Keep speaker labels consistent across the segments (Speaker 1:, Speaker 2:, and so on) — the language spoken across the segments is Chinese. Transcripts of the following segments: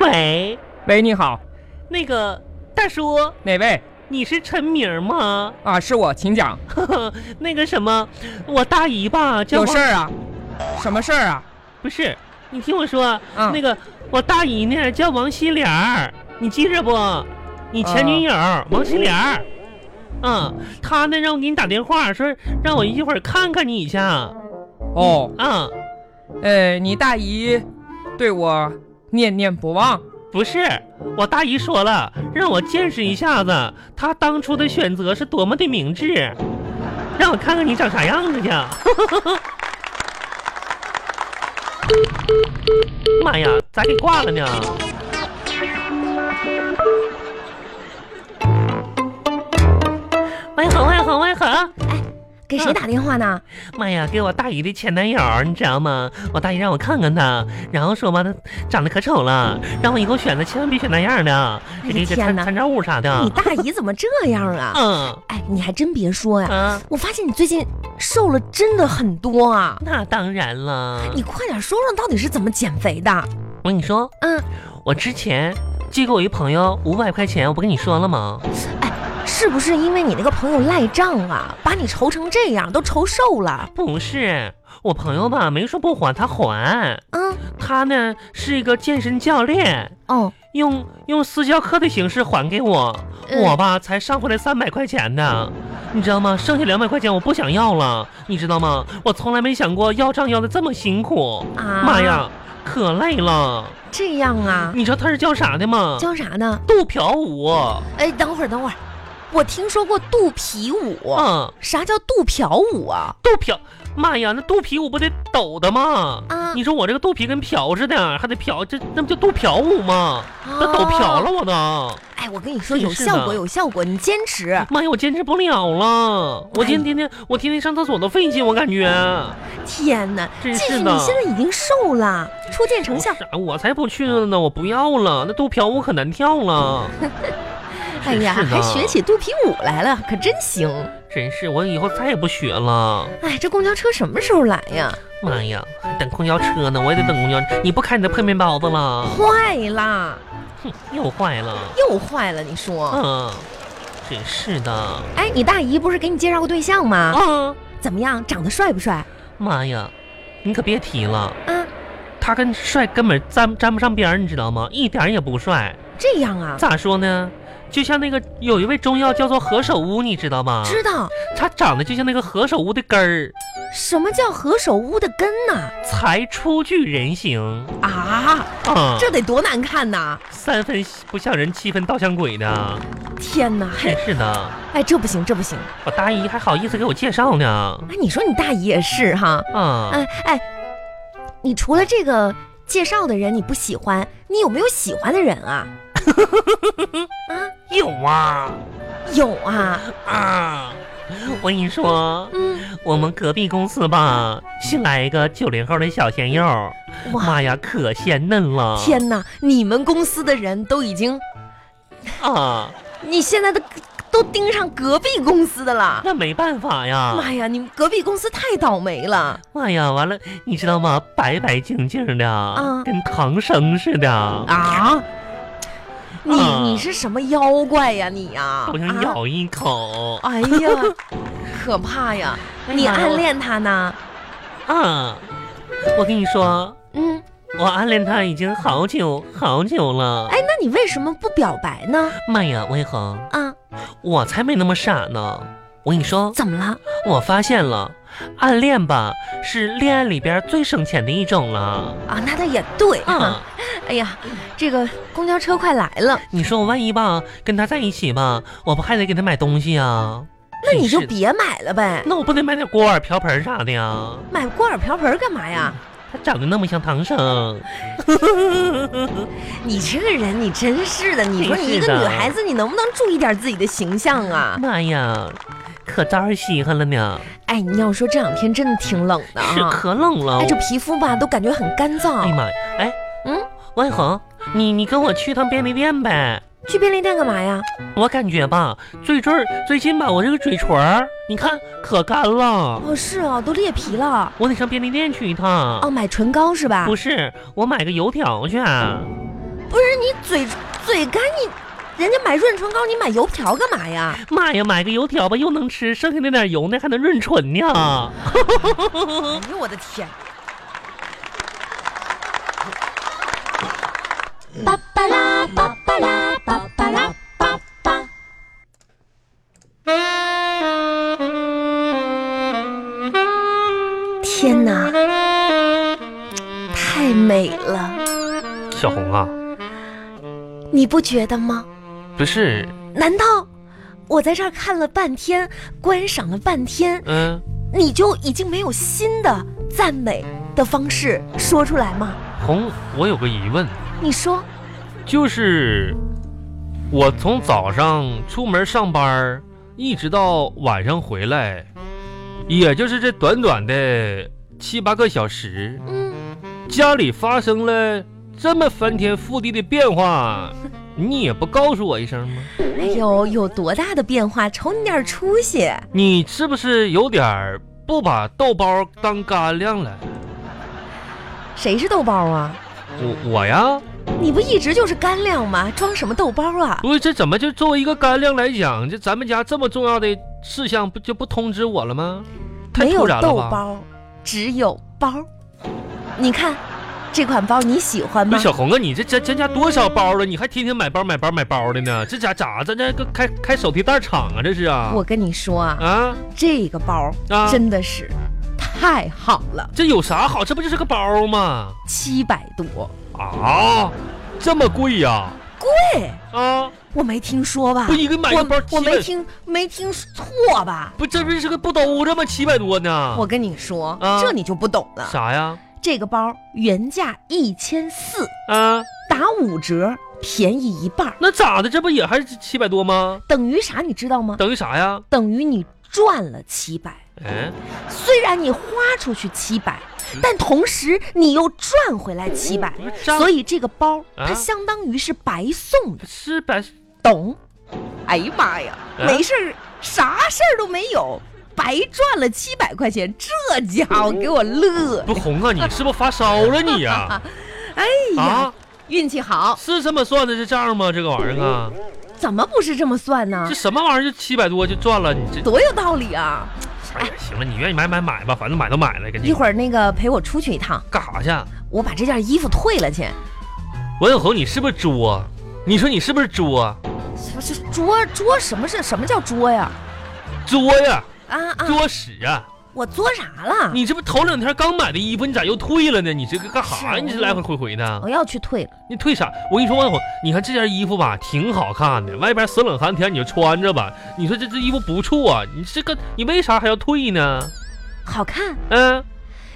Speaker 1: 喂，
Speaker 2: 喂，你好，
Speaker 1: 那个大叔，
Speaker 2: 哪位？
Speaker 1: 你是陈明吗？
Speaker 2: 啊，是我，请讲。
Speaker 1: 呵呵，那个什么，我大姨吧叫
Speaker 2: 有事
Speaker 1: 王，
Speaker 2: 儿啊？什么事儿啊？
Speaker 1: 不是，你听我说，
Speaker 2: 嗯
Speaker 1: 那个我大姨呢叫王新莲儿，你记着不？你前女友、王新莲儿，嗯，她呢让我给你打电话，说让我一会儿看看你一下，
Speaker 2: 哦，
Speaker 1: 啊、
Speaker 2: 呃，你大姨对我念念不忘。
Speaker 1: 不是，我大姨说了，让我见识一下子她当初的选择是多么的明智，让我看看你长啥样子去。 妈呀，咋给挂了呢？喂，好，喂，好，喂，好！
Speaker 3: 给
Speaker 1: 嗯
Speaker 3: 谁打电话呢？
Speaker 1: 妈呀，给我大姨的前男友，你知道吗？我大姨让我看看他，然后说吧，他长得可丑了，让我以后选择千万别选那样的，
Speaker 3: 哎
Speaker 1: 给给
Speaker 3: 天
Speaker 1: 参
Speaker 3: 哪
Speaker 1: 参照物啥的
Speaker 3: 你。大姨怎么这样啊？
Speaker 1: 啊嗯
Speaker 3: 哎，你还真别说呀，
Speaker 1: 啊，
Speaker 3: 我发现你最近瘦了真的很多啊！
Speaker 1: 那当然了。
Speaker 3: 你快点说说到底是怎么减肥的？
Speaker 1: 我跟你说，
Speaker 3: 嗯，
Speaker 1: 我之前借给我一朋友五百块钱，我不跟你说了吗？
Speaker 3: 是不是因为你那个朋友赖账啊，把你愁成这样，都愁瘦了？
Speaker 1: 不是，我朋友吧没说不还，他还。
Speaker 3: 嗯，
Speaker 1: 他呢是一个健身教练，
Speaker 3: 哦，
Speaker 1: 用用私教课的形式还给我。
Speaker 3: 嗯
Speaker 1: 我吧才上回来三百块钱呢，你知道吗？剩下两百块钱我不想要了，你知道吗？我从来没想过要账要的这么辛苦。
Speaker 3: 啊，
Speaker 1: 妈，呀，可累了！
Speaker 3: 这样啊，
Speaker 1: 你知道他是叫啥的吗？
Speaker 3: 叫啥呢？
Speaker 1: 杜嫖舞。
Speaker 3: 哎，等会儿，等会儿，我听说过肚皮舞，
Speaker 1: 嗯，
Speaker 3: 啥叫肚瓢舞啊？
Speaker 1: 肚皮，妈呀，那肚皮我不得抖的吗？
Speaker 3: 啊
Speaker 1: 你说我这个肚皮跟瓢似的，还得瓢，这那不就肚瓢舞吗？那抖瓢了
Speaker 3: 哦。
Speaker 1: 我都，
Speaker 3: 哎，我跟你说，
Speaker 1: 真
Speaker 3: 有
Speaker 1: 是
Speaker 3: 效
Speaker 1: 的
Speaker 3: 果，有效果，你坚持。
Speaker 1: 妈呀，我坚持不了了。我今天天我天天上厕所都费劲，我感觉。
Speaker 3: 天哪，
Speaker 1: 真
Speaker 3: 这
Speaker 1: 是哦
Speaker 3: 是
Speaker 1: 的
Speaker 3: 你现在已经瘦了，初见成效
Speaker 1: 我。啥我才不去呢，我不要了，那肚瓢舞可难跳了。
Speaker 3: 哎呀，
Speaker 1: 真是的
Speaker 3: 还学起肚皮舞来了，可真行。
Speaker 1: 真是，我以后再也不学了。
Speaker 3: 哎，这公交车什么时候来呀？
Speaker 1: 妈呀，还等公交车呢，我也得等公交。你不开你的破面包子了？
Speaker 3: 坏啦，
Speaker 1: 哼，又坏了。
Speaker 3: 又坏了，你说？
Speaker 1: 嗯，真是的。
Speaker 3: 哎，你大姨不是给你介绍过对象吗？
Speaker 1: 嗯。
Speaker 3: 怎么样，长得帅不帅？
Speaker 1: 妈呀，你可别提了，
Speaker 3: 啊，
Speaker 1: 他跟帅根本沾沾不上边儿，你知道吗？一点儿也不帅。
Speaker 3: 这样啊？
Speaker 1: 咋说呢？就像那个有一位中药叫做何首乌，你知道吗？
Speaker 3: 知道
Speaker 1: 他长得就像那个何首乌的根儿，
Speaker 3: 什么叫何首乌的根呐？
Speaker 1: 才初具人形
Speaker 3: 啊，
Speaker 1: 啊，
Speaker 3: 这得多难看呐！
Speaker 1: 三分不像人，七分倒像鬼的，
Speaker 3: 天哪，
Speaker 1: 真是的。
Speaker 3: 哎，这不行，这不行！
Speaker 1: 我大姨还好意思给我介绍呢，
Speaker 3: 哎，你说你大姨也是哈？
Speaker 1: 啊，
Speaker 3: 哎哎，你除了这个介绍的人你不喜欢，你有没有喜欢的人 啊？
Speaker 1: 有啊
Speaker 3: 有啊，
Speaker 1: 啊！我跟你说，
Speaker 3: 嗯，
Speaker 1: 我们隔壁公司吧，新来一个九零后的小鲜肉，
Speaker 3: 哇，
Speaker 1: 妈呀，可鲜嫩了！
Speaker 3: 天哪，你们公司的人都已经，
Speaker 1: 啊，
Speaker 3: 你现在都都盯上隔壁公司的了。
Speaker 1: 那没办法呀！
Speaker 3: 妈呀，你们隔壁公司太倒霉了！
Speaker 1: 妈呀，完了，你知道吗？白白净净的，
Speaker 3: 嗯
Speaker 1: 跟唐僧似的，
Speaker 3: 啊，你
Speaker 1: 啊
Speaker 3: 你是什么妖怪呀你呀、啊？
Speaker 1: 我想咬一口。
Speaker 3: 哎呀，可怕呀！
Speaker 1: 哎
Speaker 3: 你
Speaker 1: 呀
Speaker 3: 暗恋他呢？
Speaker 1: 啊？我跟你说，
Speaker 3: 嗯，
Speaker 1: 我暗恋他已经好久好久了。
Speaker 3: 哎，那你为什么不表白呢？
Speaker 1: 妈呀，魏恒，
Speaker 3: 啊，
Speaker 1: 我才没那么傻呢！我跟你说，
Speaker 3: 怎么了？
Speaker 1: 我发现了，暗恋吧是恋爱里边最省钱的一种了。
Speaker 3: 啊，那倒也对
Speaker 1: 啊
Speaker 3: 啊。。哎呀，这个公交车快来 了，
Speaker 1: 你说我万一吧跟他在一起吧，我不还得给他买东西啊？
Speaker 3: 那你就
Speaker 1: 真是的
Speaker 3: 别买了呗，
Speaker 1: 那我不得买点锅碗瓢盆啥的呀？
Speaker 3: 买锅碗瓢盆干嘛呀？
Speaker 1: 他长得那么像唐僧，
Speaker 3: 你这个人，你真是的，你说
Speaker 1: 真
Speaker 3: 你一
Speaker 1: 是
Speaker 3: 个女
Speaker 1: 的嗯
Speaker 3: 孩子，你能不能注意点自己的形象啊？
Speaker 1: 妈呀，可招人稀罕了呢，
Speaker 3: 哎，你要说这两天真的挺冷的
Speaker 1: 是
Speaker 3: 啊，
Speaker 1: 可冷了
Speaker 3: 哎，。这皮肤吧都感觉很干
Speaker 1: 哎呀
Speaker 3: 燥。
Speaker 1: 妈呀，哎，
Speaker 3: 嗯，
Speaker 1: 万恒，你你跟我去趟便利店呗。
Speaker 3: 去便利店干嘛呀？
Speaker 1: 我感觉吧，最近最近吧，我这个嘴唇儿，你看可干了，
Speaker 3: 哦，是哦，都裂皮了。
Speaker 1: 我得上便利店去一
Speaker 3: 哦，
Speaker 1: 趟。
Speaker 3: 买唇膏是吧
Speaker 1: 啊不？是，我买个油条去。
Speaker 3: 不是你嘴嘴干你，人家买润唇膏，你买油条干嘛呀？
Speaker 1: 妈呀，买个油条吧，又能吃，剩下那点油呢，还能润唇呢。
Speaker 3: 哎呦我的天！
Speaker 4: 巴巴拉巴巴拉巴巴拉巴巴。
Speaker 3: 天哪，太美了，
Speaker 1: 小红啊，
Speaker 3: 你不觉得吗？
Speaker 1: 不是，
Speaker 3: 难道我在这儿看了半天，观赏了半天，
Speaker 1: 嗯，
Speaker 3: 你就已经没有新的赞美的方式说出来吗？
Speaker 1: 红，我有个疑问，
Speaker 3: 你说，
Speaker 1: 就是我从早上出门上班儿，一直到晚上回来，也就是这短短的七八个小时，
Speaker 3: 嗯，
Speaker 1: 家里发生了这么翻天覆地的变化，你也不告诉我一声吗？
Speaker 3: 哎呦，有多大的变化？瞅你点儿出息！
Speaker 1: 你是不是有点儿不把豆包当干粮了？
Speaker 3: 谁是豆包啊？
Speaker 1: 我我呀，
Speaker 3: 你不一直就是干粮吗？装什么豆包啊？
Speaker 1: 不是这怎么就作为一个干粮来讲，这咱们家这么重要的事项不就不通知我了吗？太
Speaker 3: 没
Speaker 1: 突
Speaker 3: 有
Speaker 1: 然了
Speaker 3: 豆
Speaker 1: 吧！
Speaker 3: 包，只有包。你看，这款包你喜欢
Speaker 1: 不
Speaker 3: 吗
Speaker 1: 是？小红啊，你这咱咱家多少包了？你还天天买包买包买包的呢？这家咋咱这个开开手提袋厂啊？这是啊？
Speaker 3: 我跟你说啊，
Speaker 1: 啊
Speaker 3: 这个包
Speaker 1: 啊！
Speaker 3: 真的是太好了，
Speaker 1: 这有啥好？这不就是个包吗？
Speaker 3: 七百多，
Speaker 1: 啊，这么贵呀、
Speaker 3: 对，
Speaker 1: 啊？
Speaker 3: 我没听说吧
Speaker 1: 不？一个买个包
Speaker 3: 我我
Speaker 1: 七百
Speaker 3: 没，听没听错吧？
Speaker 1: 不这不是个布兜子吗？七百多呢？
Speaker 3: 我跟你说
Speaker 1: 啊，
Speaker 3: 这你就不懂了。
Speaker 1: 啥呀？
Speaker 3: 这个包原价一千四，
Speaker 1: 啊，
Speaker 3: 打五折便宜一半儿，
Speaker 1: 那咋的？这不也还是七百多吗？
Speaker 3: 等于啥？你知道吗？
Speaker 1: 等于啥呀？
Speaker 3: 等于你赚了七百。
Speaker 1: 嗯、
Speaker 3: 虽然你花出去七百，但同时你又赚回来七百，
Speaker 1: 不是
Speaker 3: 所以这个包
Speaker 1: 嗯啊
Speaker 3: 它相当于是白送的，
Speaker 1: 是百
Speaker 3: 懂？哎呀妈呀，
Speaker 1: 啊
Speaker 3: 没事儿，啥事儿都没有，白赚了七百块钱，这家伙给我乐！
Speaker 1: 不红啊？你是不是发烧了你呀、
Speaker 3: 哎呀，
Speaker 1: 啊，
Speaker 3: 运气好，
Speaker 1: 是这么算的这账吗？这个玩意儿啊，
Speaker 3: 怎么不是这么算呢
Speaker 1: 这？什么玩意儿就七百多就赚了？你这
Speaker 3: 多有道理啊！
Speaker 1: 哎呀，行了，你愿意买买买吧，反正买都买了，赶
Speaker 3: 一
Speaker 1: 紧
Speaker 3: 会儿那个陪我出去一趟，
Speaker 1: 干啥去？
Speaker 3: 我把这件衣服退了去。
Speaker 1: 王小红，你是不是作？你说你是不是作？
Speaker 3: 什么是捉捉什么是什么叫捉呀？
Speaker 1: 作呀，
Speaker 3: 啊啊！
Speaker 1: 作死啊！
Speaker 3: 我作啥了？
Speaker 1: 你这不头两天刚买的衣服，你咋又退了呢？你这个干啥
Speaker 3: 是啊
Speaker 1: 呀？你这来回回回的
Speaker 3: 我，要去退了。
Speaker 1: 你退啥？我跟你说，万红，你看这件衣服吧，挺好看的，外边死冷寒天你就穿着吧。你说这这衣服不错啊，你这个你为啥还要退呢？
Speaker 3: 好看，
Speaker 1: 嗯、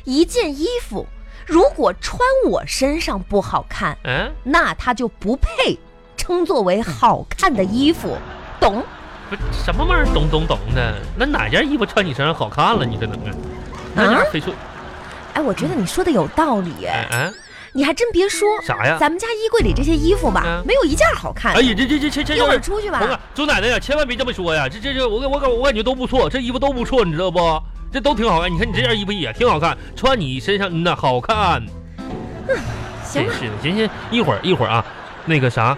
Speaker 3: 一件衣服如果穿我身上不好看，
Speaker 1: 嗯、
Speaker 3: 那它就不配称作为好看的衣服，懂？
Speaker 1: 不是什么玩意儿懂懂懂的？那哪件衣服穿你身上好看了？你这能啊？那家非说，
Speaker 3: 哎，我觉得你说的有道理，
Speaker 1: 哎哎，
Speaker 3: 你还真别说，
Speaker 1: 啥呀？
Speaker 3: 咱们家衣柜里这些衣服吧
Speaker 1: 嗯，
Speaker 3: 没有一件好看
Speaker 1: 哎。呀，这这这这这
Speaker 3: 一会儿
Speaker 1: 这，
Speaker 3: 出去
Speaker 1: 红
Speaker 3: 吧，
Speaker 1: 啊，周奶奶呀，千万别这么说呀！这这这，我感我感我感觉都不错，这衣服都不错，你知道不？这都挺好看，你看你这件衣服也挺好看，穿你身上嗯呐好看。
Speaker 3: 行啊
Speaker 1: 真
Speaker 3: 吧？
Speaker 1: 是的，行行，一会儿一会儿啊，那个啥，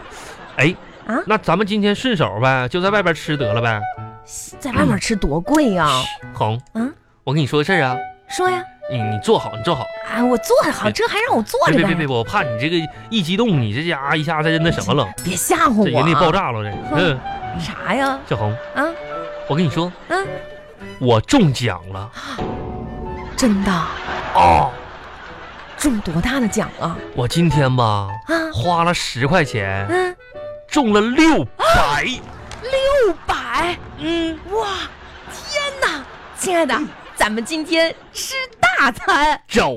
Speaker 1: 哎，
Speaker 3: 啊
Speaker 1: 那咱们今天顺手呗，就在外边吃得了呗。
Speaker 3: 在外面吃多贵呀、
Speaker 1: 红，
Speaker 3: 嗯，
Speaker 1: 我跟你说个事儿啊，
Speaker 3: 说呀，
Speaker 1: 你你坐好，你坐好，
Speaker 3: 哎，我坐着好，
Speaker 1: 别
Speaker 3: 这还让我坐
Speaker 1: 别
Speaker 3: 着
Speaker 1: 别别别，
Speaker 3: 呗？
Speaker 1: 我怕你这个一激动，你这家一下子那什么了，
Speaker 3: 别吓
Speaker 1: 这
Speaker 3: 唬我
Speaker 1: 人得爆
Speaker 3: 啊！
Speaker 1: 炸了这。嗯，
Speaker 3: 啥呀？
Speaker 1: 小红，
Speaker 3: 啊，
Speaker 1: 我跟你说，
Speaker 3: 嗯，
Speaker 1: 我中奖了
Speaker 3: 真的
Speaker 1: 哦，
Speaker 3: 中多大的奖啊？
Speaker 1: 我今天吧
Speaker 3: 啊，
Speaker 1: 花了十块钱
Speaker 3: 嗯，
Speaker 1: 中了六百，
Speaker 3: 六百。
Speaker 1: 嗯，
Speaker 3: 哇，天哪！亲爱的，咱们今天吃大餐。
Speaker 1: 走，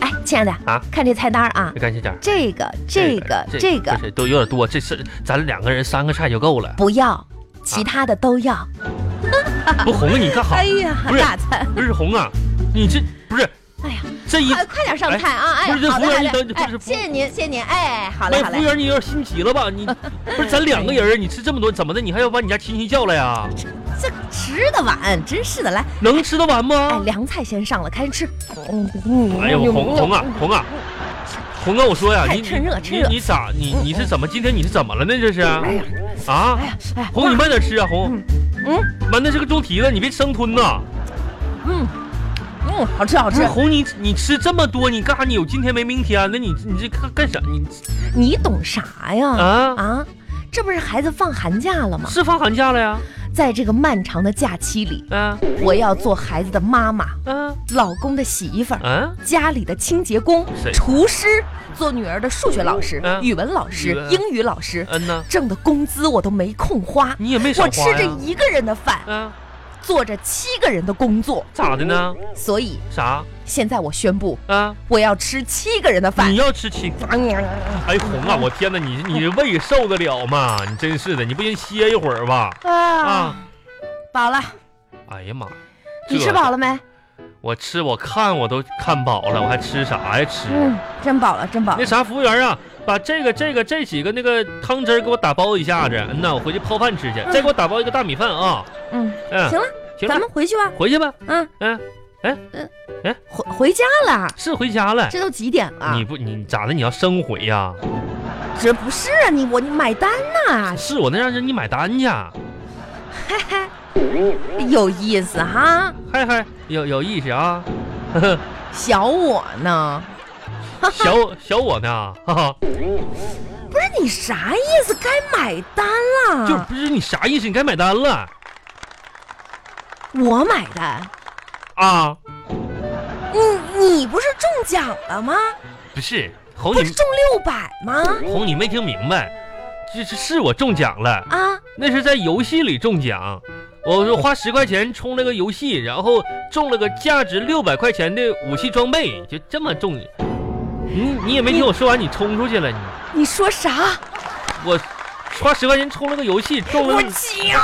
Speaker 3: 哎，亲爱的
Speaker 1: 啊
Speaker 3: 看这菜单儿啊，
Speaker 1: 感谢点儿。
Speaker 3: 这个、这个、这个
Speaker 1: 不是都有点多，这是咱两个人三个菜就够了。
Speaker 3: 不要，其他的都要。
Speaker 1: 不红啊，你干好
Speaker 3: 哎？呀
Speaker 1: 不，是
Speaker 3: 大餐！
Speaker 1: 不是红啊，你这不是
Speaker 3: 哎呀，
Speaker 1: 这一
Speaker 3: 哎快点上菜啊！
Speaker 1: 不是
Speaker 3: 哎，
Speaker 1: 这
Speaker 3: 好
Speaker 1: 服务
Speaker 3: 的，
Speaker 1: 员
Speaker 3: 好
Speaker 1: 你等
Speaker 3: 的，
Speaker 1: 不
Speaker 3: 哎
Speaker 1: 是，服务
Speaker 3: 谢谢您，谢谢您。哎，好嘞，好
Speaker 1: 那服务
Speaker 3: 嘞。
Speaker 1: 员 你有点心急了吧？你不是咱两个人，你吃这么多，怎么的？你还要把你家亲戚叫来呀？
Speaker 3: 这吃的晚，真是的。来，
Speaker 1: 能吃得完
Speaker 3: 哎，
Speaker 1: 吗？
Speaker 3: 凉菜先上了，开始吃。嗯
Speaker 1: 哎呦，红红啊，红啊，红啊哥，我说呀，
Speaker 3: 哎
Speaker 1: 你
Speaker 3: 趁热趁
Speaker 1: 你
Speaker 3: 热哎
Speaker 1: 你你咋你你是怎么今天你是怎么了呢？这是啊
Speaker 3: 哎，呀，哎呀，
Speaker 1: 红你慢点吃啊，红。
Speaker 3: 嗯
Speaker 1: 妈，那是个猪蹄子，你别生吞呐！
Speaker 3: 嗯嗯，好吃
Speaker 1: 不
Speaker 3: 好吃
Speaker 1: 是。红，你你吃这么多，你干啥？你有今天没明天的？啊你你这干干啥？你
Speaker 3: 你懂啥呀？
Speaker 1: 啊？
Speaker 3: 啊，这不是孩子放寒假了吗？
Speaker 1: 是放寒假了呀？
Speaker 3: 在这个漫长的假期里，
Speaker 1: 嗯
Speaker 3: 我要做孩子的妈妈，
Speaker 1: 嗯
Speaker 3: 老公的媳妇儿。
Speaker 1: 嗯，
Speaker 3: 家里的清洁工
Speaker 1: 谁、
Speaker 3: 厨师，做女儿的数学老师、
Speaker 1: 嗯
Speaker 3: 语文老
Speaker 1: 语
Speaker 3: 师、
Speaker 1: 文
Speaker 3: 英语老师，
Speaker 1: 嗯呐，
Speaker 3: 挣的工资我都没空花。
Speaker 1: 你也没少
Speaker 3: 我吃
Speaker 1: 花
Speaker 3: 着
Speaker 1: 呀。
Speaker 3: 一个人的饭，
Speaker 1: 嗯，
Speaker 3: 做着七个人的工作，
Speaker 1: 咋的呢？
Speaker 3: 所以
Speaker 1: 啥？
Speaker 3: 现在我宣布，
Speaker 1: 啊，
Speaker 3: 我要吃七个人的饭
Speaker 1: 你。要吃青？哎，红啊，我天哪，你你胃受得了吗？你真是的，你不行歇一会儿吧？
Speaker 3: 啊，
Speaker 1: 啊，
Speaker 3: 饱了，
Speaker 1: 哎呀妈呀！
Speaker 3: 你
Speaker 1: 这
Speaker 3: 吃饱了没？
Speaker 1: 我吃，我看我都看饱了，我还吃啥呀？吃、啊
Speaker 3: 嗯，真饱了，真饱
Speaker 1: 那
Speaker 3: 了。
Speaker 1: 啥，服务员啊，把这个、这个、这几个那个汤汁儿给我打包一下子。嗯呐，我回去泡饭吃去。再给我打包一个大米饭啊。
Speaker 3: 嗯，
Speaker 1: 嗯，
Speaker 3: 行了，
Speaker 1: 行
Speaker 3: 咱
Speaker 1: 了，
Speaker 3: 们回去吧。
Speaker 1: 回去吧。
Speaker 3: 嗯，
Speaker 1: 嗯，
Speaker 3: 回回家了，
Speaker 1: 是回家了。
Speaker 3: 这都几点了
Speaker 1: 你？不，你咋的？你要生回呀？
Speaker 3: 这不是啊，你我你买单呐，
Speaker 1: 是我那让人你买单去。
Speaker 3: 嘿嘿，有意思哈，
Speaker 1: 嗨嗨，有有意思啊。呵呵
Speaker 3: 小我呢。
Speaker 1: 小小我呢，哈哈，
Speaker 3: 不是你啥意思？该买单了，
Speaker 1: 就不是你啥意思？你该买单了
Speaker 3: 我买单。
Speaker 1: 啊？
Speaker 3: 你你不是中奖了吗？
Speaker 1: 不是，红
Speaker 3: 不是
Speaker 1: 你
Speaker 3: 中六百吗？
Speaker 1: 红你没听明白，这是是我中奖了。
Speaker 3: 啊，
Speaker 1: 那是在游戏里中奖，我是花十块钱充了个游戏，然后中了个价值六百块钱的武器装备，就这么中。你你也没听我说完，你冲出去了，你
Speaker 3: 你说啥？
Speaker 1: 我花十块钱充了个游戏，中了
Speaker 3: 我。急啊！